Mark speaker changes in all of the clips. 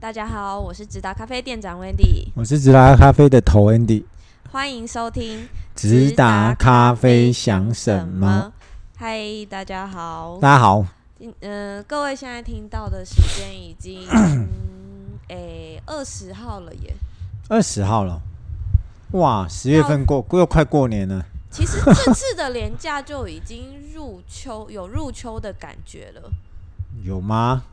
Speaker 1: 大家好，我是直达咖啡店长 Wendy，
Speaker 2: 我是直达咖啡的头 Andy。
Speaker 1: 欢迎收听。
Speaker 2: 直达咖啡想什么？？
Speaker 1: 嗨，大家好。
Speaker 2: 大家好，
Speaker 1: 嗯、呃各位现在听到的时间已 经诶二十号了耶。
Speaker 2: 二十号了，哇，十月份过又快过年了，
Speaker 1: 其实这次的廉假就已经入秋，有入秋的感觉了。
Speaker 2: 有吗？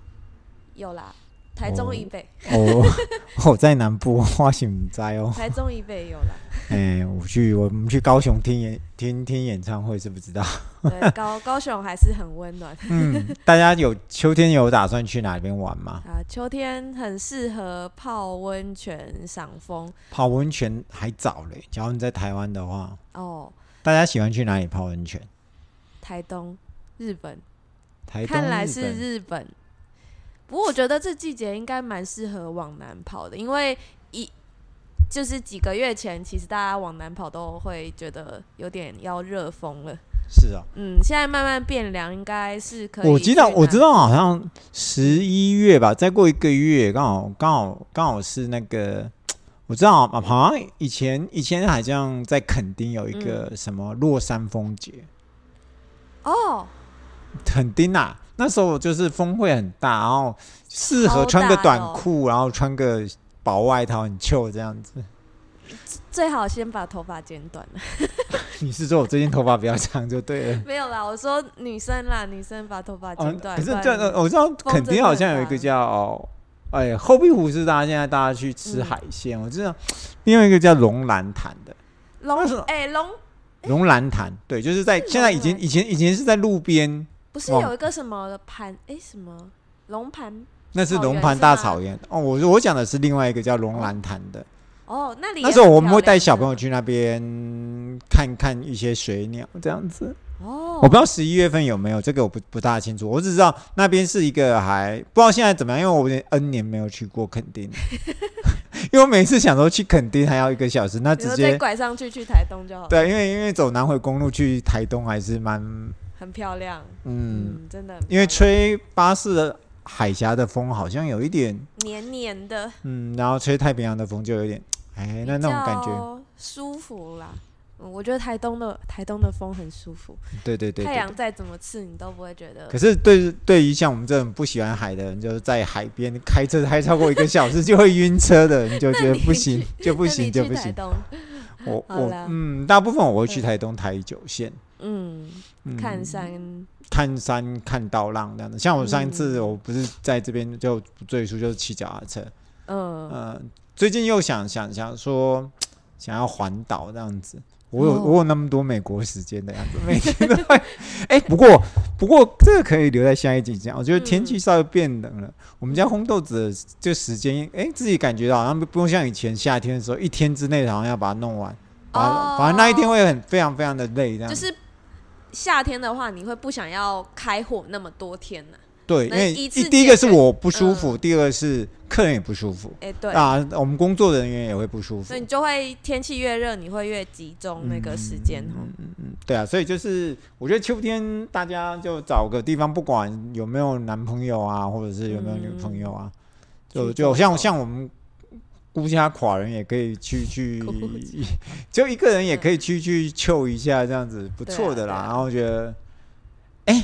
Speaker 1: 有啦，台中以北，
Speaker 2: 哦， 我在南部，我醒在哦。
Speaker 1: 台中以北有 啦。
Speaker 2: 哎、我去，我们去高雄听演听听演唱会，知不知道？
Speaker 1: 对，高高雄还是很温暖
Speaker 2: 嗯，大家有秋天有打算去哪边玩吗？
Speaker 1: 啊。秋天很适合泡温泉、赏风
Speaker 2: 泡温泉还早嘞，假如你在台湾的话，
Speaker 1: 哦。
Speaker 2: 大家喜欢去哪里泡温泉？
Speaker 1: 台东，日本。
Speaker 2: 台东
Speaker 1: 看来
Speaker 2: 日
Speaker 1: 是
Speaker 2: 本
Speaker 1: 日本。不过我觉得这季节应该蛮适合往南跑的，因为一就是几个月前，其实大家往南跑都会觉得有点要热风了。
Speaker 2: 是啊、
Speaker 1: 嗯，现在慢慢变凉，应该是可以。
Speaker 2: 我记得我知，道，好像十一月吧，再过一个月，刚好刚好刚好是那个，我知道好像以前以前好像在垦丁有一
Speaker 1: 嗯
Speaker 2: 个什么落山风节，
Speaker 1: 哦，
Speaker 2: 垦丁啊，那时候就是风会很大，然后适合穿个短
Speaker 1: 哦
Speaker 2: 裤，然后穿个薄外套，很旧这样子。
Speaker 1: 最好先把头发剪短了。
Speaker 2: 你是说我最近头发比较长就对了。
Speaker 1: 没有啦，我说女生啦，女生把头发
Speaker 2: 哦
Speaker 1: 啊剪，短。
Speaker 2: 可是
Speaker 1: 不然
Speaker 2: 这呃我知道
Speaker 1: 风
Speaker 2: 垦
Speaker 1: 真
Speaker 2: 丁
Speaker 1: 的
Speaker 2: 好
Speaker 1: 很
Speaker 2: 像有一
Speaker 1: 大
Speaker 2: 个叫哎后壁湖是大家现在大家去吃
Speaker 1: 嗯
Speaker 2: 海鲜，我知道另外一个叫龙兰潭的那时
Speaker 1: 龙
Speaker 2: 候
Speaker 1: 哎龙
Speaker 2: 龙兰潭，对，就是在
Speaker 1: 是
Speaker 2: 现在
Speaker 1: 龙
Speaker 2: 以前
Speaker 1: 兰
Speaker 2: 以前以前是在路边，
Speaker 1: 不是
Speaker 2: 忘
Speaker 1: 有一个什么盘哎什么龙盘
Speaker 2: 那是
Speaker 1: 草
Speaker 2: 龙
Speaker 1: 原
Speaker 2: 盘
Speaker 1: 是
Speaker 2: 大
Speaker 1: 吗
Speaker 2: 草原哦，我我讲的是另外一个叫龙兰潭的，
Speaker 1: 哦那里
Speaker 2: 那
Speaker 1: 也
Speaker 2: 时候
Speaker 1: 很
Speaker 2: 我们
Speaker 1: 漂
Speaker 2: 会带
Speaker 1: 亮
Speaker 2: 小
Speaker 1: 是
Speaker 2: 朋友
Speaker 1: 吗
Speaker 2: 去那边看看一些水鸟这样子。
Speaker 1: 哦，
Speaker 2: 我不知道十一月份有没有这个，我不不大清楚。我只知道那边是一个还不知道现在怎么样，因为我有 N 年没有去过垦 丁，因为我每次想说去垦丁还要一个小时，那
Speaker 1: 你
Speaker 2: 直
Speaker 1: 说再
Speaker 2: 接
Speaker 1: 拐上去去台东就好了，
Speaker 2: 对，因为因为走南回公路去台东还是蛮
Speaker 1: 很漂亮，
Speaker 2: 嗯，
Speaker 1: 嗯，真的，
Speaker 2: 因为吹巴士的海峡的风好像有一点
Speaker 1: 黏黏的，
Speaker 2: 嗯，然后吹太平洋的风就有点哎，那那种感觉，
Speaker 1: 比较舒服啦。嗯我觉得台东的台东的风很舒服，
Speaker 2: 对对对对
Speaker 1: 太阳再怎么刺你都不会觉得
Speaker 2: 可。是对对于像我们这种不喜欢海的人，就是在海边开车开超过一个小时就会晕车的人，你就觉得不行， 就不
Speaker 1: 那
Speaker 2: 行，
Speaker 1: 你
Speaker 2: 就
Speaker 1: 去
Speaker 2: 不
Speaker 1: 台
Speaker 2: 行。
Speaker 1: 东，
Speaker 2: 我
Speaker 1: 好
Speaker 2: 我
Speaker 1: 啦
Speaker 2: 嗯，大部分我会去台东台九线、
Speaker 1: 嗯，
Speaker 2: 嗯、
Speaker 1: 看山，
Speaker 2: 看山看到浪这样子。像我上一次
Speaker 1: 嗯
Speaker 2: 我不是在这边就不赘述，就是骑脚踏车。嗯、
Speaker 1: 嗯，
Speaker 2: 最近又想想想说想要环岛这样子。我有、
Speaker 1: 哦
Speaker 2: 我有那么多美国时间的样 子，每天都会。哎、不过不过这个可以留在下一集讲。我觉得天气稍微变冷了，我们家烘豆子的这时间，哎、自己感觉到好像不用像以前夏天的时候，一天之内好像要把它弄完，把它、
Speaker 1: 哦
Speaker 2: 反正那一天会很非常非常的累，这样
Speaker 1: 就
Speaker 2: 子。
Speaker 1: 是夏天的话，你会不想要开火那么多天呢？
Speaker 2: 对，因
Speaker 1: 能
Speaker 2: 为
Speaker 1: 一
Speaker 2: 一
Speaker 1: 次
Speaker 2: 第一个
Speaker 1: 解
Speaker 2: 是
Speaker 1: 决
Speaker 2: 我不舒服，第二个是客人也不舒服，
Speaker 1: 哎，对，
Speaker 2: 啊，我们工作人员也会不舒服
Speaker 1: 所以。你就会天气越热，你会越集中那个时间
Speaker 2: 嗯
Speaker 1: 哦。
Speaker 2: 对啊，所以就是我觉得秋天大家就找个地方，不管有没有男朋友啊，或者是有没有女朋友啊，
Speaker 1: 嗯
Speaker 2: 就
Speaker 1: 去
Speaker 2: 就
Speaker 1: 走
Speaker 2: 像
Speaker 1: 走
Speaker 2: 像我们孤家寡人也可以去 去
Speaker 1: 孤，
Speaker 2: 就一个人也可以去去秀一下，这样子不
Speaker 1: 对啊
Speaker 2: 错的啦。
Speaker 1: 对啊
Speaker 2: 然后觉得，哎、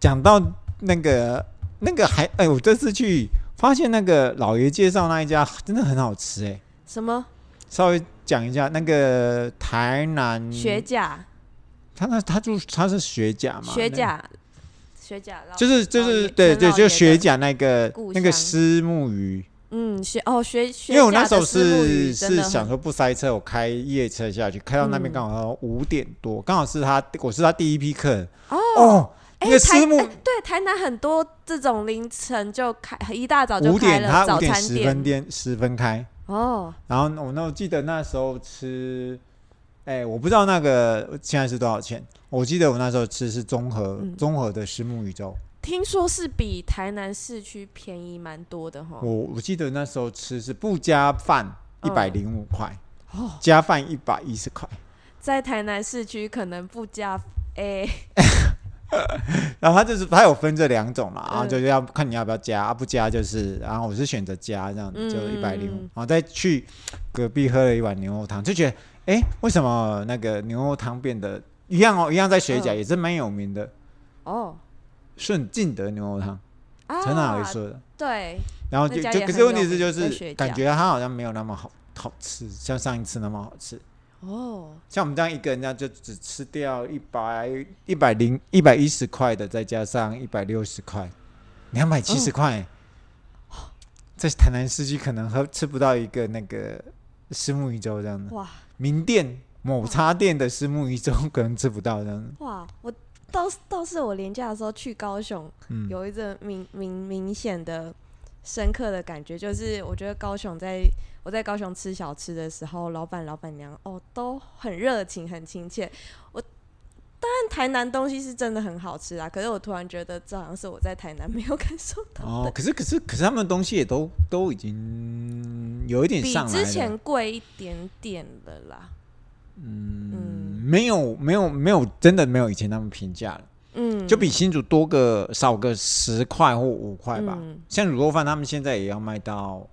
Speaker 2: 讲到那个那个还哎、我这次去发现那个老爷介绍那一家真的很好吃哎、
Speaker 1: 什么
Speaker 2: 稍微讲一下那个台南
Speaker 1: 学甲？
Speaker 2: 他那他就他是学甲啊嘛，
Speaker 1: 学甲，学甲，然
Speaker 2: 那
Speaker 1: 后
Speaker 2: 就是就
Speaker 1: 老
Speaker 2: 是
Speaker 1: 爷
Speaker 2: 对
Speaker 1: 陈
Speaker 2: 对，
Speaker 1: 老
Speaker 2: 就
Speaker 1: 爷
Speaker 2: 学
Speaker 1: 的
Speaker 2: 甲那个
Speaker 1: 故
Speaker 2: 那个
Speaker 1: 乡
Speaker 2: 虱目鱼，
Speaker 1: 嗯学哦学学，
Speaker 2: 因为我那时候
Speaker 1: 思慕
Speaker 2: 是
Speaker 1: 语真
Speaker 2: 是
Speaker 1: 的
Speaker 2: 想
Speaker 1: 很
Speaker 2: 说不塞车，我开夜车下去，开到那边
Speaker 1: 嗯
Speaker 2: 刚好五点多，刚好是他我是他第一批客人
Speaker 1: 哦，
Speaker 2: 哦，
Speaker 1: 哎
Speaker 2: 那个
Speaker 1: 台
Speaker 2: 虱目
Speaker 1: 哎对台南很多这种凌晨就开一大早就
Speaker 2: 五
Speaker 1: 开
Speaker 2: 点
Speaker 1: 了
Speaker 2: 他
Speaker 1: 早
Speaker 2: 五点
Speaker 1: 餐
Speaker 2: 十分
Speaker 1: 店
Speaker 2: 店十分开，
Speaker 1: 哦，
Speaker 2: 然后我那我记得那时候吃，哎我不知道那个现在是多少钱，我记得我那时候吃是综合
Speaker 1: 嗯
Speaker 2: 综合的虱目鱼粥，
Speaker 1: 听说是比台南市区便宜蛮多的哈
Speaker 2: 我我记得那时候吃是不加饭一
Speaker 1: 哦嗯
Speaker 2: 百零五块，
Speaker 1: 哦，
Speaker 2: 加饭一百一十块，
Speaker 1: 在台南市区可能不加哎
Speaker 2: 然后它就是它有分这两种嘛，然后
Speaker 1: 嗯
Speaker 2: 就是要看你要不要加，啊不加就是，然后我是选择加这样子，就一百零五
Speaker 1: 嗯，
Speaker 2: 然后再去隔壁喝了一碗牛肉汤，就觉得哎，为什么那个牛肉汤变得一样哦，一样在学甲、
Speaker 1: 嗯
Speaker 2: 也是蛮有名的，
Speaker 1: 哦，
Speaker 2: 顺进德牛肉汤，
Speaker 1: 啊，
Speaker 2: 陈哪里说的？
Speaker 1: 对，
Speaker 2: 然后就
Speaker 1: 那家
Speaker 2: 就
Speaker 1: 也
Speaker 2: 可
Speaker 1: 很
Speaker 2: 是问题
Speaker 1: 有
Speaker 2: 是
Speaker 1: 名
Speaker 2: 就
Speaker 1: 在
Speaker 2: 是
Speaker 1: 学
Speaker 2: 感
Speaker 1: 甲
Speaker 2: 觉它好像没有那么好好吃，像上一次那么好吃。
Speaker 1: 哦，
Speaker 2: 像我们这样一个人这样就只吃掉一百一百零一百一十块的，再加上一百六十块，两百
Speaker 1: 嗯
Speaker 2: 七十块，在台南市区可能喝吃不到一个那个石木鱼粥这样的，
Speaker 1: 哇
Speaker 2: 名店某茶店的石木鱼粥可能吃不到这样的，
Speaker 1: 哇，我倒是倒是我廉价的时候去高雄，
Speaker 2: 嗯，
Speaker 1: 有一阵明明明显的、深刻的感觉，就是我觉得高雄在我在高雄吃小吃的时候，老板、老板娘哦都很热情、很亲切。我当然台南东西是真的很好吃啦，可是我突然觉得这好像是我在台南没有感 受到，
Speaker 2: 哦，可是可是可是他们的东西也都都已经有一点
Speaker 1: 比
Speaker 2: 上来
Speaker 1: 之
Speaker 2: 了。
Speaker 1: 前贵一点点了啦。
Speaker 2: 嗯没有没有没有，真的没有以前那么平价了，
Speaker 1: 嗯，
Speaker 2: 就比新竹多个少个十块或五块吧。
Speaker 1: 嗯
Speaker 2: 像卤肉饭，他们现在也要卖到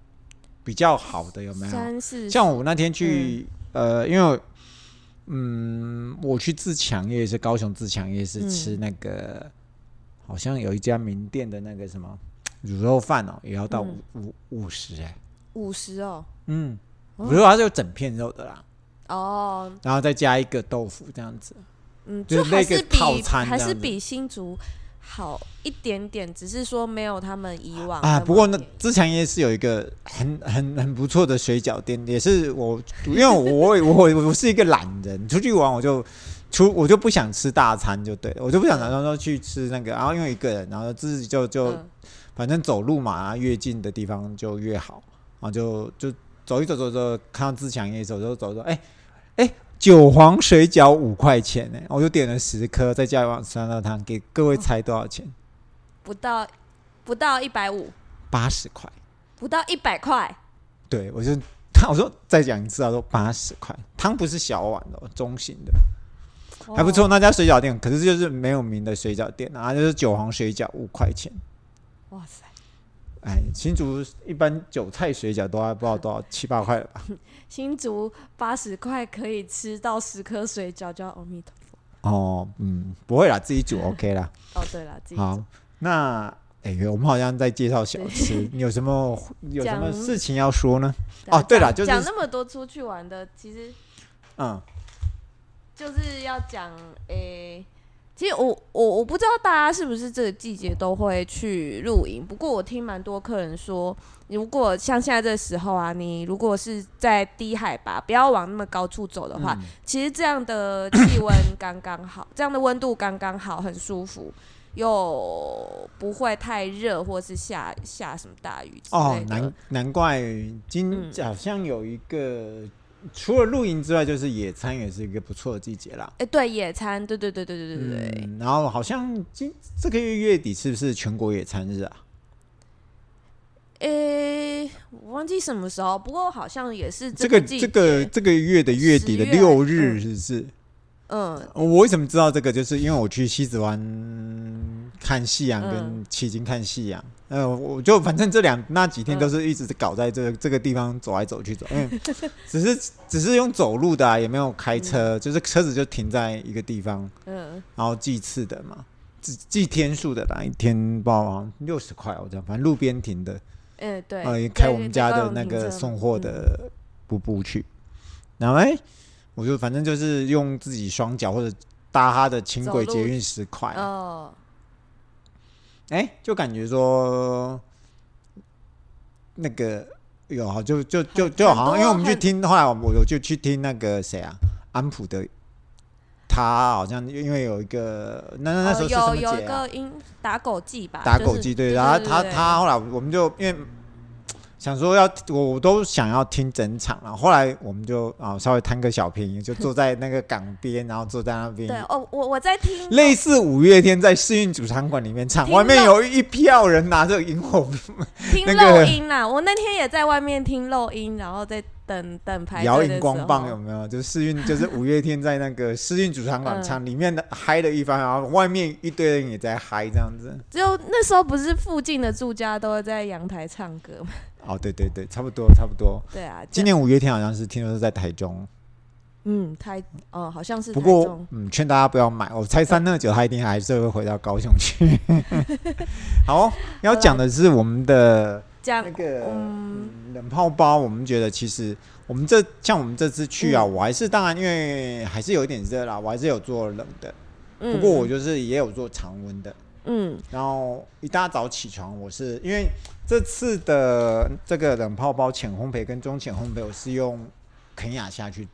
Speaker 2: 比较好的，有没有？
Speaker 1: 三嗯四
Speaker 2: 像我那天去，呃，因为嗯，我去自强夜市，高雄自强夜市
Speaker 1: 嗯
Speaker 2: 吃那个，好像有一家名店的那个什么卤肉饭哦，也要到
Speaker 1: 嗯
Speaker 2: 五五五十哎，
Speaker 1: 五十哦
Speaker 2: 嗯，
Speaker 1: 哦
Speaker 2: 卤肉它是有整片肉的啦，
Speaker 1: 哦，
Speaker 2: 然后再加一个豆腐这样子。
Speaker 1: 嗯，
Speaker 2: 就是
Speaker 1: 还
Speaker 2: 那个
Speaker 1: 是比
Speaker 2: 套餐
Speaker 1: 还
Speaker 2: 这
Speaker 1: 是
Speaker 2: 样子
Speaker 1: 比新竹好一点点，只是说没有他们以往
Speaker 2: 啊，
Speaker 1: 么
Speaker 2: 不过那
Speaker 1: 便宜
Speaker 2: 之前也是有一个很很很不错的水饺店，也是我，因为我我我我是一个懒人，出去玩我就出我就不想吃大餐就对了，我就不想常常说去吃那个，然后因为一个人，然后自己就就、
Speaker 1: 嗯
Speaker 2: 反正走路嘛，然后越近的地方就越好，然后就就走一走走走，看到自强夜走走走走，哎哎，韭黄水饺五块钱呢、我就点了十颗，再加一碗酸辣汤，给各位猜多少钱？
Speaker 1: 不到不到一百五，
Speaker 2: 八十块。
Speaker 1: 不到一百块，
Speaker 2: 对我就他我说再讲一次啊，说八十块，汤不是小碗的哦，中型的，还不
Speaker 1: 哦
Speaker 2: 错。那家水饺店，可是就是没有名的水饺店啊，就是韭黄水饺五块钱。
Speaker 1: 哦。哇塞，
Speaker 2: 哎，新竹一般韭菜水饺都还不知道多少七八块了吧？
Speaker 1: 新竹八十块可以吃到十颗水饺，叫阿弥陀佛。
Speaker 2: 哦，嗯，不会啦，自己煮 OK 啦。
Speaker 1: 哦，对了， 自己
Speaker 2: 好，那哎、我们好像在介绍小吃，你有什么有什么
Speaker 1: 讲
Speaker 2: 事情要 说呢？
Speaker 1: 讲
Speaker 2: 哦对啦
Speaker 1: 讲
Speaker 2: 就是
Speaker 1: 讲那么多出去玩的，其实
Speaker 2: 嗯，
Speaker 1: 就是要讲诶、其实我我我不知道大家是不是这个季节都会去露营，不过我听蛮多客人说，如果像现在这时候啊，你如果是在低海拔，不要往那么高处走的话，
Speaker 2: 嗯
Speaker 1: 其实这样的气温刚刚好， 这样的温度刚刚好，很舒服，又不会太热或是下下什么大雨之
Speaker 2: 哦
Speaker 1: 类，的。
Speaker 2: 难难怪今
Speaker 1: 嗯
Speaker 2: 好像有一个，除了露营之外，就是野餐也是一个不错的季节啦。
Speaker 1: 哎、对，野餐，对对对对对对对对。
Speaker 2: 嗯，然后好像今这个月月底是不是全国野餐日啊？
Speaker 1: 诶、我忘记什么时候，不过好像也是
Speaker 2: 这
Speaker 1: 个
Speaker 2: 个
Speaker 1: 季
Speaker 2: 这个
Speaker 1: 节
Speaker 2: 这个月的月底的
Speaker 1: 10月
Speaker 2: 六日是不是？
Speaker 1: 嗯
Speaker 2: 呃我为什么知道这个？就是因为我去西子湾看夕阳，跟
Speaker 1: 嗯
Speaker 2: 迄今看夕阳。呃，我就反正这两那几天都是一直搞在这个、这个地方走来走去走，嗯，只是只是用走路的、啊，也没有开车，就是车子就停在一个地方，
Speaker 1: 嗯
Speaker 2: 然后计次的嘛，计计天数的啦，一天不好六十块，我这样，反正路边停的，
Speaker 1: 嗯，对，
Speaker 2: 呃，
Speaker 1: 对
Speaker 2: 开我们家
Speaker 1: 对
Speaker 2: 的
Speaker 1: 公
Speaker 2: 那
Speaker 1: 用停
Speaker 2: 个
Speaker 1: 车
Speaker 2: 送货
Speaker 1: 嗯
Speaker 2: 的布布去，然后哎、我就反正就是用自己双脚或者搭他的轻轨
Speaker 1: 走
Speaker 2: 捷
Speaker 1: 路
Speaker 2: 运十块，哎、
Speaker 1: 哦，
Speaker 2: 就感觉说那个有啊，就就就
Speaker 1: 很
Speaker 2: 就
Speaker 1: 很
Speaker 2: 好像
Speaker 1: 多
Speaker 2: 因为我们去
Speaker 1: 很
Speaker 2: 听，后来我我就去听那个谁啊，安普的。他好像因为有一个，那那那时候是什
Speaker 1: 哦
Speaker 2: 么
Speaker 1: 有有
Speaker 2: 节
Speaker 1: 一
Speaker 2: 啊？
Speaker 1: 个音打狗记吧，
Speaker 2: 打
Speaker 1: 啊就
Speaker 2: 狗
Speaker 1: 是
Speaker 2: 机
Speaker 1: 对，
Speaker 2: 对，然后
Speaker 1: 对
Speaker 2: 他
Speaker 1: 对
Speaker 2: 他后来我们就因为想说要我我都想要听整场，啊然后后来我们就啊稍微贪个小便宜，就坐在那个港边，然后坐在那边。
Speaker 1: 对哦，我我在听
Speaker 2: 类似五月天在试运主场馆里面唱，
Speaker 1: 听
Speaker 2: 外面
Speaker 1: 到
Speaker 2: 有一票人拿着萤火，
Speaker 1: 听
Speaker 2: 那
Speaker 1: 漏
Speaker 2: 个
Speaker 1: 音啦，我那天也在外面听漏音，然后在等等 排
Speaker 2: 摇
Speaker 1: 队
Speaker 2: 荧
Speaker 1: 的
Speaker 2: 光
Speaker 1: 时
Speaker 2: 棒
Speaker 1: 候
Speaker 2: 有没有？就是试运， 就是五月天在那个试运主场广场里面的嗨了一番，然后外面一堆人也在嗨这样子。
Speaker 1: 只有那时候不是附近的住家都会在阳台唱 歌吗？
Speaker 2: 哦，对对对，差不多差不多。
Speaker 1: 对啊，这
Speaker 2: 今年五月天好像是听说是在台中，
Speaker 1: 嗯台哦好像是嗯
Speaker 2: 不
Speaker 1: 台
Speaker 2: 过
Speaker 1: 中，
Speaker 2: 嗯，劝大家不要买。我猜三六九他一定还是会回到高雄 去。 好，哦要讲的是我们的
Speaker 1: 这样
Speaker 2: 那个
Speaker 1: 嗯
Speaker 2: 嗯冷泡包，我们觉得其实我们这像我们这次去啊，
Speaker 1: 嗯
Speaker 2: 我还是当然因为还是有一点热啦，我还是有做冷的，
Speaker 1: 嗯
Speaker 2: 不过我就是也有做常温的。
Speaker 1: 嗯
Speaker 2: 然后一大早起床，我是因为这次的这个冷泡包浅烘焙跟中浅烘焙，我是用肯亚下去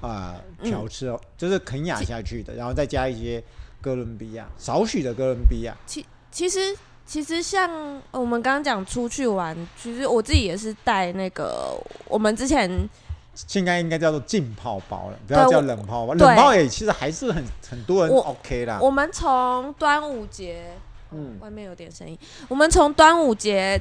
Speaker 2: 啊
Speaker 1: 嗯
Speaker 2: 调制哦，就是肯亚下去的，然后再加一些哥伦比亚少许的哥伦比啊亚，
Speaker 1: 其实其实像呃我们刚刚讲出去玩，其实我自己也是带那个我们之前
Speaker 2: 现在应该叫做浸泡包了，不
Speaker 1: 对
Speaker 2: 要叫
Speaker 1: 我
Speaker 2: 冷泡包。
Speaker 1: 对
Speaker 2: 冷泡也其实还是很很多人
Speaker 1: 我
Speaker 2: OK 啦。
Speaker 1: 我们从端午节，
Speaker 2: 啊嗯
Speaker 1: 嗯，外面有点声音。我们从端午节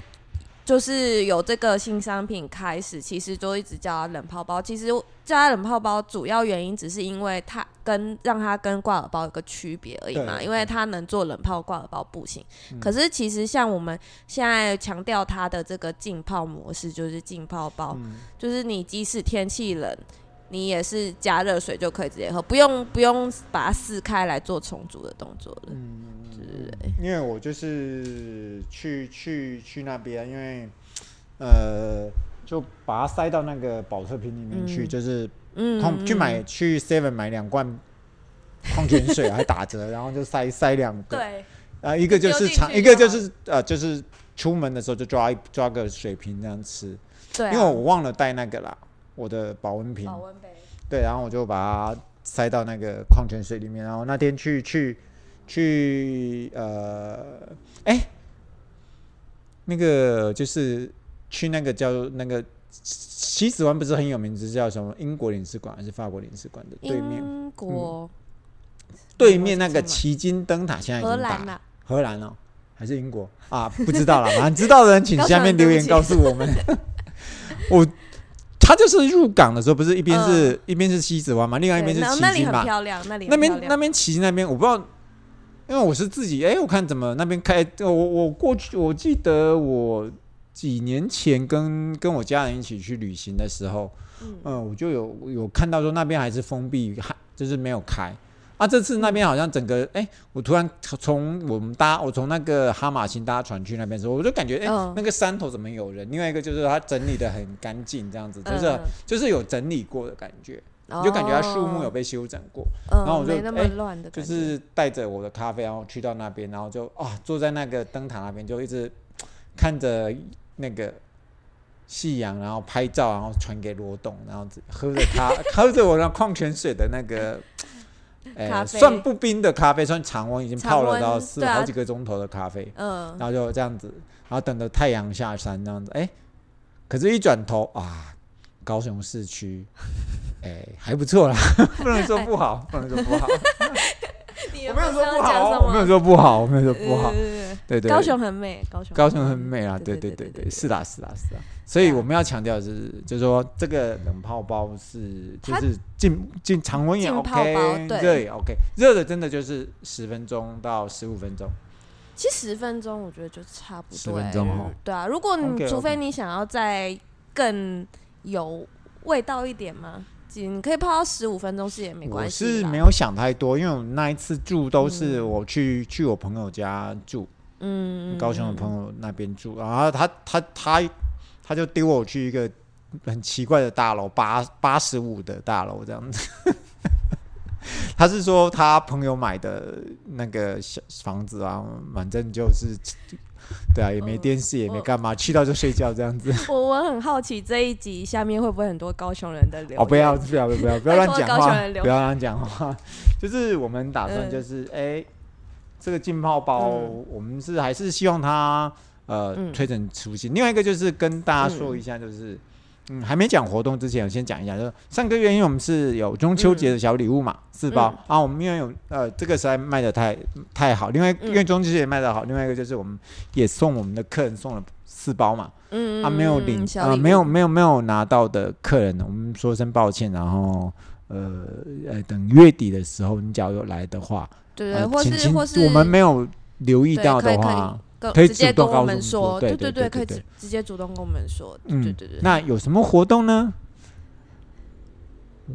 Speaker 1: 就是有这个新商品开始，其实就一直叫它冷泡包。其实叫它冷泡包，主要原因只是因为它跟让它跟挂耳包有个区别而已嘛，
Speaker 2: 对
Speaker 1: 因为它能做冷泡，挂耳包不行。
Speaker 2: 嗯
Speaker 1: 可是其实像我们现在强调它的这个浸泡模式，就是浸泡包，
Speaker 2: 嗯
Speaker 1: 就是你即使天气冷，你也是加热水就可以直接喝，不用不用把它撕开来做重组的动作了。
Speaker 2: 嗯
Speaker 1: 对，
Speaker 2: 因为我就是去去去那边，因为呃，就把它塞到那个保特瓶里面去，
Speaker 1: 嗯
Speaker 2: 就是
Speaker 1: 嗯，
Speaker 2: 矿去买
Speaker 1: 嗯
Speaker 2: 去 Seven 买两罐矿泉水还打折，然后就塞塞两个，啊、
Speaker 1: 对，
Speaker 2: 一个就
Speaker 1: 丢进
Speaker 2: 是
Speaker 1: 去
Speaker 2: 常，一
Speaker 1: 就
Speaker 2: 个就
Speaker 1: 好
Speaker 2: 是呃就是出门的时候就抓一抓个水瓶这样吃，
Speaker 1: 对啊，
Speaker 2: 因为我忘了带那个啦，我的保温瓶，
Speaker 1: 保温杯，
Speaker 2: 对，然后我就把它塞到那个矿泉水里面，然后那天去去去呃，哎、那个就是去那个叫那个西子湾不是很有名，是叫什么英国领事馆还是法国领事馆的对面？嗯
Speaker 1: 英国、
Speaker 2: 对面那个
Speaker 1: 什么
Speaker 2: 奇金灯塔现在已
Speaker 1: 荷
Speaker 2: 经打
Speaker 1: 兰啊啦，
Speaker 2: 荷兰哦，还是英国啊？不知道了， 反正知道的人请
Speaker 1: 告诉我
Speaker 2: 下面
Speaker 1: 们对
Speaker 2: 留
Speaker 1: 不
Speaker 2: 言
Speaker 1: 起
Speaker 2: 告诉 我们。我他就是入港的时候，不是一边是、一边是西子湾嘛，另外一边
Speaker 1: 嗯对
Speaker 2: 是
Speaker 1: 然后
Speaker 2: 旗
Speaker 1: 那里
Speaker 2: 津
Speaker 1: 很
Speaker 2: 嘛。
Speaker 1: 漂亮，那里很
Speaker 2: 那边
Speaker 1: 漂亮
Speaker 2: 那边旗津那边我不知道，因为我是自己哎、我看怎么那边开我我过去我记得我几年前跟跟我家人一起去旅行的时候，
Speaker 1: 嗯
Speaker 2: 嗯，我就有有看到说那边还是封闭，还就是没有开。啊，这次那边好像整个，哎、我突然从我们搭，我从那个哈马星搭船去那边的时候，我就感觉，哎、
Speaker 1: 嗯
Speaker 2: 那个山头怎么有人？另外一个就是它整理的很干净，这样子，就是、
Speaker 1: 嗯
Speaker 2: 就是有整理过的感觉，
Speaker 1: 嗯
Speaker 2: 你就感觉它树木有被修整过。
Speaker 1: 嗯，
Speaker 2: 后我就
Speaker 1: 没那么
Speaker 2: 哎
Speaker 1: 乱的
Speaker 2: 就
Speaker 1: 感觉，
Speaker 2: 是带着我的咖啡，然后去到那边，然后就啊坐在那个灯塔那边，就一直看着那个夕阳，然后拍照，然后传给罗董，然后喝着他 喝着我的矿泉水的 那个。呃，
Speaker 1: 咖啡
Speaker 2: 算不冰的咖啡，算常温，已经泡
Speaker 1: 常
Speaker 2: 了
Speaker 1: 温
Speaker 2: 到四
Speaker 1: 对啊
Speaker 2: 好几个钟头的咖啡，
Speaker 1: 嗯
Speaker 2: 然后就这样子，然后等着太阳下山这样子，哎，可是，一转头啊，高雄市区，哎，还不错啦， 不能说不好， 不能说不好，
Speaker 1: 你
Speaker 2: 我
Speaker 1: 有
Speaker 2: 没有
Speaker 1: 有
Speaker 2: 说
Speaker 1: 要
Speaker 2: 不
Speaker 1: 讲
Speaker 2: 好
Speaker 1: 什
Speaker 2: 哦，我没
Speaker 1: 么
Speaker 2: 有
Speaker 1: 嗯
Speaker 2: 说不好，我没有说不好
Speaker 1: 对，对对
Speaker 2: 对对。
Speaker 1: 高雄很美，高雄
Speaker 2: 高雄很美啊，对对
Speaker 1: 对
Speaker 2: 对
Speaker 1: 对
Speaker 2: 对，是啦是啦是啦。所以
Speaker 1: 对啊
Speaker 2: 我们要强调的是，就是说这个冷泡包是就
Speaker 1: 它
Speaker 2: 是进进常温也
Speaker 1: 浸泡包
Speaker 2: OK，
Speaker 1: 对
Speaker 2: 热也 OK，热的真的就是十分钟到十五分钟。
Speaker 1: 其实十分钟我觉得就差不多、欸，
Speaker 2: 10分钟哦
Speaker 1: 对啊，如果你
Speaker 2: OK，OK
Speaker 1: 除非你想要再更有味道一点嘛，你可以泡到十五分钟是也没
Speaker 2: 我
Speaker 1: 关系
Speaker 2: 是
Speaker 1: 啦
Speaker 2: 没，有想太多，因为我那一次住都是我去去我朋友家住，
Speaker 1: 嗯，
Speaker 2: 高雄的朋友那边住，然后他他他他就丢我去一个很奇怪的大楼，八八十五的大楼这样子。 他是说他朋友买的那个小房子啊，反正就是，对啊，也
Speaker 1: 嗯
Speaker 2: 没电视，也没
Speaker 1: 我
Speaker 2: 干嘛，去到就睡觉这样子。
Speaker 1: 我我很好奇这一集下面会不会很多高雄人的留言？
Speaker 2: 哦，不要不要不要不要乱
Speaker 1: 拜托
Speaker 2: 讲
Speaker 1: 高
Speaker 2: 话
Speaker 1: 雄人，留
Speaker 2: 不要乱讲话。 就是我们打算
Speaker 1: 嗯
Speaker 2: 就是，哎、这个浸泡包，
Speaker 1: 嗯
Speaker 2: 我们是还是希望它呃、
Speaker 1: 嗯
Speaker 2: 推陈出新。另外一个就是跟大家说一下，就是嗯还没讲活动之前，我先讲一下，就是上个月因为我们是有中秋节的小礼物嘛，四包、
Speaker 1: 嗯
Speaker 2: 啊，我们因为有呃这个实在卖的太太好，另外
Speaker 1: 嗯
Speaker 2: 因为中秋节卖的好，另外一个就是我们也送我们的客人送了四包嘛，
Speaker 1: 嗯
Speaker 2: 啊没有领
Speaker 1: 小
Speaker 2: 啊
Speaker 1: 礼物
Speaker 2: 没有没有没有拿到的客人，我们说声抱歉，然后呃呃等月底的时候你只要有来的话，
Speaker 1: 对对，
Speaker 2: 呃
Speaker 1: 或
Speaker 2: 请
Speaker 1: 是或
Speaker 2: 请
Speaker 1: 是
Speaker 2: 我们没有留意
Speaker 1: 对
Speaker 2: 到
Speaker 1: 可以
Speaker 2: 的
Speaker 1: 可以
Speaker 2: 话，
Speaker 1: 跟
Speaker 2: 可以
Speaker 1: 直接
Speaker 2: 主动
Speaker 1: 跟我
Speaker 2: 告诉
Speaker 1: 们
Speaker 2: 我们
Speaker 1: 说，
Speaker 2: 说对
Speaker 1: 对
Speaker 2: 对对
Speaker 1: 可以
Speaker 2: 对
Speaker 1: 直直接主动跟我们说，
Speaker 2: 嗯
Speaker 1: 对对对，
Speaker 2: 那有什么活动呢？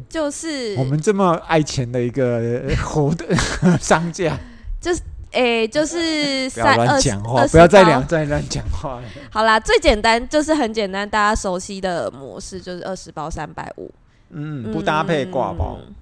Speaker 1: 就是
Speaker 2: 我们这么爱钱的一个呃活动 商家，
Speaker 1: 诶、就是
Speaker 2: 不要
Speaker 1: 三
Speaker 2: 乱
Speaker 1: 二十
Speaker 2: 讲话，
Speaker 1: 二十
Speaker 2: 不要再
Speaker 1: 包
Speaker 2: 两再乱讲话了。
Speaker 1: 好啦，最简单就是很简单，大家熟悉的模式就是二十包三百五，
Speaker 2: 嗯，不搭配挂包。
Speaker 1: 嗯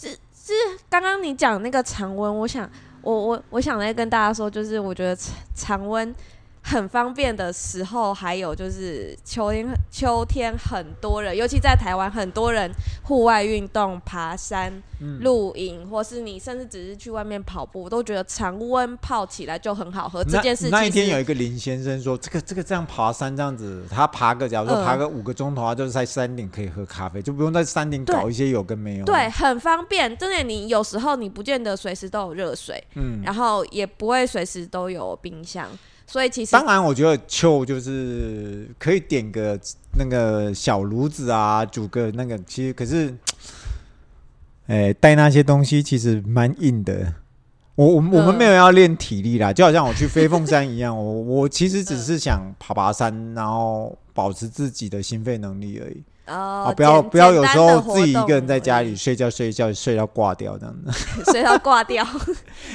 Speaker 1: 这这刚刚你讲那个常温，我想我我我想再跟大家说，就是我觉得常常温很方便的时候，还有就是秋天秋天很多人，尤其在台湾，很多人户外运动、爬山、
Speaker 2: 嗯
Speaker 1: 露营，或是你甚至只是去外面跑步，都觉得常温泡起来就很好喝。呃这
Speaker 2: 那
Speaker 1: 件事情
Speaker 2: 那一天有一个林先生说，这个这个这样爬山这样子，他爬个假如说
Speaker 1: 嗯
Speaker 2: 爬个五个钟头，他就是在山顶可以喝咖啡，就不用在山顶
Speaker 1: 对
Speaker 2: 搞一些有跟没有。
Speaker 1: 对，，很方便。真的，你有时候你不见得随时都有热水，
Speaker 2: 嗯。
Speaker 1: 然后也不会随时都有冰箱，所以其实
Speaker 2: 当然，我觉得秋就是可以点个那个小炉子啊，煮个那个，其实可是，哎，带那些东西其实蛮硬的。我我们我们
Speaker 1: 嗯
Speaker 2: 没有要练体力啦，就好像我去飞凤山一样，我我其实只
Speaker 1: 嗯
Speaker 2: 是想爬爬山，然后保持自己的心肺能力而已。啊，
Speaker 1: 呃，
Speaker 2: 不要
Speaker 1: 简
Speaker 2: 不要，
Speaker 1: 简
Speaker 2: 有
Speaker 1: 单
Speaker 2: 时
Speaker 1: 的
Speaker 2: 候
Speaker 1: 活
Speaker 2: 自己一
Speaker 1: 动嗯
Speaker 2: 个人在家
Speaker 1: 而
Speaker 2: 里
Speaker 1: 已
Speaker 2: 睡觉睡觉睡到挂掉这样 子，
Speaker 1: 睡到挂 掉。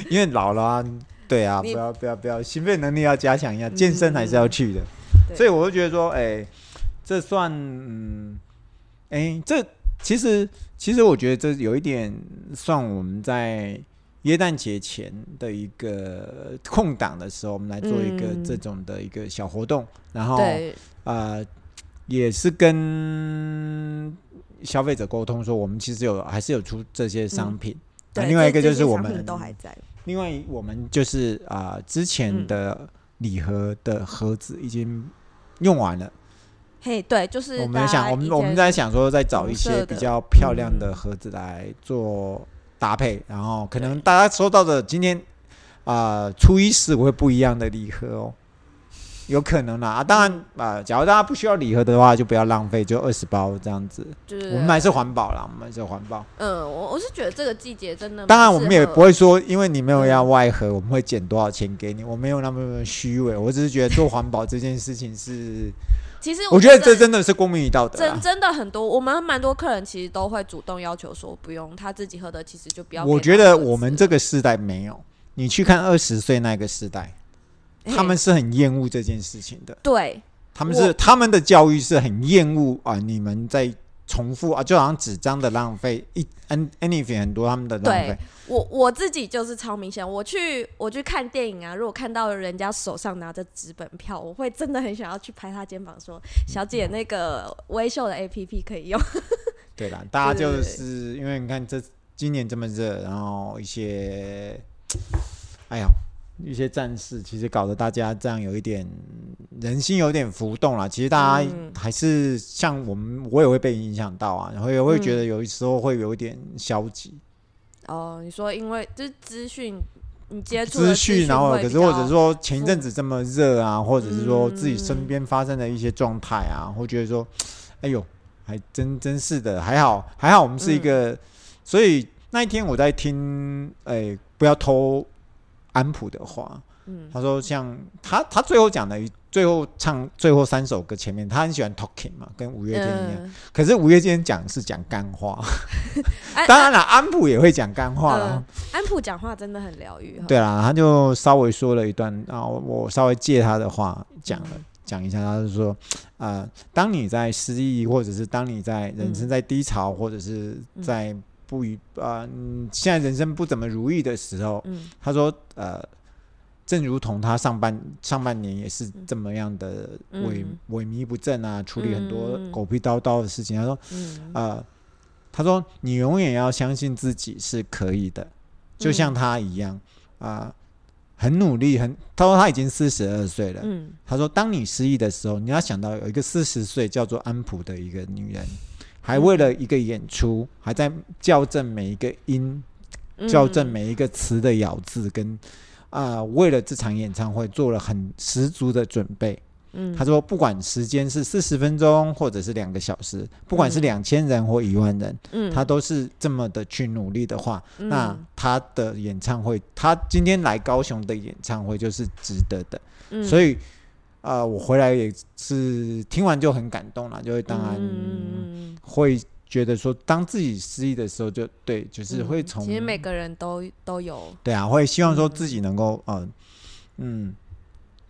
Speaker 2: 因为老了啊，对啊，不
Speaker 1: 你嗯
Speaker 2: 要不要不要，心肺能力要加强一下，健身还是要去的，
Speaker 1: 对
Speaker 2: 所以我就觉得说，哎、这算嗯，哎、这其实其实我觉得这有一点算我们在。耶诞节前的一个空档的时候，我们来做一个
Speaker 1: 嗯
Speaker 2: 这种的一个小活动，然后
Speaker 1: 对，
Speaker 2: 呃，也是跟消费者沟通说，我们其实有还是有出这些商品。那、
Speaker 1: 对
Speaker 2: 另外一
Speaker 1: 这
Speaker 2: 个
Speaker 1: 这
Speaker 2: 就
Speaker 1: 些
Speaker 2: 是我
Speaker 1: 商品
Speaker 2: 们
Speaker 1: 都，还在。
Speaker 2: 另外我们就是啊、呃之前
Speaker 1: 嗯
Speaker 2: 的礼盒的盒子已经用完了。
Speaker 1: 嘿，对，就是
Speaker 2: 我
Speaker 1: 大
Speaker 2: 们
Speaker 1: 家
Speaker 2: 想，我们
Speaker 1: 以
Speaker 2: 我们
Speaker 1: 前
Speaker 2: 在想说，再找
Speaker 1: 红
Speaker 2: 一
Speaker 1: 色
Speaker 2: 些
Speaker 1: 的
Speaker 2: 比较漂亮
Speaker 1: 嗯
Speaker 2: 的盒子来做搭配，然后可能大家收到的今天啊、呃初一十五会不一样的礼盒哦，有可能啦。啊，当然啊、呃假如大家不需要礼盒的话，就不要浪费，就二十包这样子。
Speaker 1: 就是
Speaker 2: 我们还是环保啦，我们还是环保。
Speaker 1: 嗯，啊我我是觉得这个季节真的
Speaker 2: 当然，
Speaker 1: 蛮
Speaker 2: 我们
Speaker 1: 适
Speaker 2: 也
Speaker 1: 合
Speaker 2: 不会说，因为你没有要
Speaker 1: 嗯
Speaker 2: 外盒，我们会减多少钱给你，我没有那么虚伪。我只是觉得做环保这件事情是，
Speaker 1: 其实
Speaker 2: 我觉得这
Speaker 1: 真
Speaker 2: 真的是公民与道德啦啊
Speaker 1: 真。真的很多，我们蛮多客人其实都会主动要求说不用他自己喝的，其实就不要给他盒
Speaker 2: 我
Speaker 1: 子了。
Speaker 2: 觉得我们这个世代没有，你去看二十岁那个世代，
Speaker 1: 嘿
Speaker 2: 他们是很厌恶这件事情的，
Speaker 1: 对
Speaker 2: 他们
Speaker 1: 我
Speaker 2: 是他们的教育是很厌恶啊，你们在重复啊，就好像纸张的浪费，一 an anything 很多他们的浪
Speaker 1: 对
Speaker 2: 费，
Speaker 1: 我我自己就是超明显，我去我去看电影啊，如果看到人家手上拿着纸本票，我会真的很想要去拍他肩膀说：“小姐，那个微秀的 APP 可以用。
Speaker 2: 对啦，大家
Speaker 1: 对对
Speaker 2: 就
Speaker 1: 对
Speaker 2: 是因为你看这今年这么热，然后一些，哎呀。一些战事其实搞得大家这样有一点人心有点浮动啦。其实大家
Speaker 1: 嗯
Speaker 2: 还是像我们，我也会被影响到啊，然后也会觉得有时候会有一点消极”
Speaker 1: 哦，你说因为就是资讯，你接触的
Speaker 2: 资讯，然后
Speaker 1: 会
Speaker 2: 可
Speaker 1: 比
Speaker 2: 是或者
Speaker 1: 较
Speaker 2: 说前一阵子这么热啊，或者是说
Speaker 1: 嗯
Speaker 2: 自己身边发生的一些状态啊，会觉得说，哎呦，还真真是的，还好还好，我们是一个，
Speaker 1: 嗯
Speaker 2: 所以那一天我在听，哎，不要偷安普的话，
Speaker 1: 嗯
Speaker 2: 他说像他他最后讲的一，最后唱最后三首歌前面，他很喜欢 talking 嘛，跟五月天一样。
Speaker 1: 嗯
Speaker 2: 可是五月天讲是讲干话，
Speaker 1: 安
Speaker 2: 当然了，安普也会讲干话啦。
Speaker 1: 啊嗯安普讲话真的很疗愈哈。
Speaker 2: 对啦，他就稍微说了一段啊，我我稍微借他的话讲了
Speaker 1: 嗯
Speaker 2: 讲一下，他就说，呃，当你在失意，或者是当你在人
Speaker 1: 嗯
Speaker 2: 生在低潮，或者是在不愉啊、嗯现在人生不怎么如意的时候，
Speaker 1: 嗯
Speaker 2: 他说，呃，正如同他上半上半年也是这么样的萎
Speaker 1: 嗯
Speaker 2: 萎靡不振啊，处理很多
Speaker 1: 嗯嗯嗯
Speaker 2: 狗屁叨叨的事情，他说，
Speaker 1: 嗯
Speaker 2: 呃，他说你永远要相信自己是可以的，就
Speaker 1: 嗯
Speaker 2: 像他一样啊、很努力，很。他说他已经四十二岁了。
Speaker 1: 嗯
Speaker 2: 他说，当你失意的时候，你要想到有一个四十岁叫做安普的一个女人，还为
Speaker 1: 嗯
Speaker 2: 了一个演出，还在校正每一个音，
Speaker 1: 嗯
Speaker 2: 校正每一个词的呃咬字，跟啊、为了这场演唱会做了很十足的准备。
Speaker 1: 嗯，
Speaker 2: 他说，不管时间是四十分钟或者是两个小时，不管是
Speaker 1: 嗯
Speaker 2: 两千人或一万人，
Speaker 1: 嗯
Speaker 2: 他都是这么的去努力的话，
Speaker 1: 嗯
Speaker 2: 那他的演唱会，他今天来高雄的演唱会就是值得的。
Speaker 1: 嗯
Speaker 2: 所以，呃，我回来也是听完就很感动了，就会当然
Speaker 1: 嗯嗯嗯嗯
Speaker 2: 会觉得说，当自己失意的时候就，对，就是
Speaker 1: 嗯
Speaker 2: 会从、
Speaker 1: 其实每个人都都有，
Speaker 2: 对啊，会希望说自己能够呃嗯，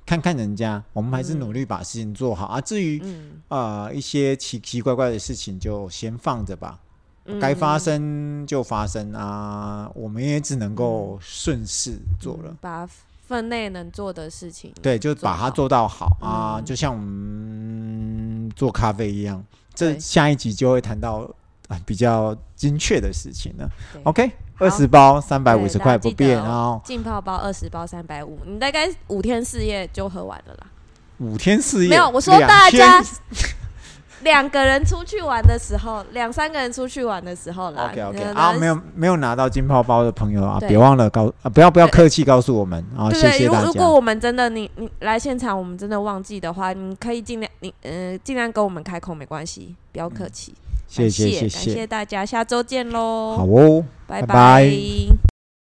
Speaker 2: 看看人家，我们还是
Speaker 1: 嗯
Speaker 2: 努力把事情做好、啊。至于
Speaker 1: 嗯，
Speaker 2: 呃一些奇奇怪怪的事情，就先放着吧。该发
Speaker 1: 嗯
Speaker 2: 生就发生啊，我们也只能够顺势做了。
Speaker 1: 嗯把分内能做的事情，
Speaker 2: 对，就把它做到好啊，
Speaker 1: 嗯
Speaker 2: 就像我们做咖啡一样。这
Speaker 1: 对
Speaker 2: 下一集就会谈到啊比较精确的事情了。
Speaker 1: 对
Speaker 2: OK，
Speaker 1: 好
Speaker 2: 二十包三百五
Speaker 1: 对
Speaker 2: 十
Speaker 1: 大
Speaker 2: 块
Speaker 1: 家
Speaker 2: 不
Speaker 1: 记得
Speaker 2: 变
Speaker 1: 哦
Speaker 2: 哦，
Speaker 1: 浸泡包二十包三百五，你大概五天四夜就喝完了啦。
Speaker 2: 五天四夜
Speaker 1: 没有，我说
Speaker 2: 两
Speaker 1: 大
Speaker 2: 天
Speaker 1: 家 两个人出去玩的时候，两三个人出去玩的时候啦。
Speaker 2: OK OK
Speaker 1: 嗯
Speaker 2: 啊，没，有
Speaker 1: 那
Speaker 2: 没有拿到金泡包的朋友啊，
Speaker 1: 对
Speaker 2: 别忘了告啊，不要不要
Speaker 1: 对
Speaker 2: 客气告诉我们啊，
Speaker 1: 对
Speaker 2: 谢
Speaker 1: 对，
Speaker 2: 谢
Speaker 1: 如
Speaker 2: 大
Speaker 1: 如果
Speaker 2: 家。
Speaker 1: 我们真的你你来现场，我们真的忘记的话，你可以尽量你呃尽量跟我们开口，没关系，不要客气。
Speaker 2: 嗯谢
Speaker 1: 感
Speaker 2: 谢
Speaker 1: 谢
Speaker 2: 谢
Speaker 1: 感谢
Speaker 2: 谢，
Speaker 1: 大家，下周见喽，
Speaker 2: 好哦。拜
Speaker 1: 拜
Speaker 2: 拜
Speaker 1: 拜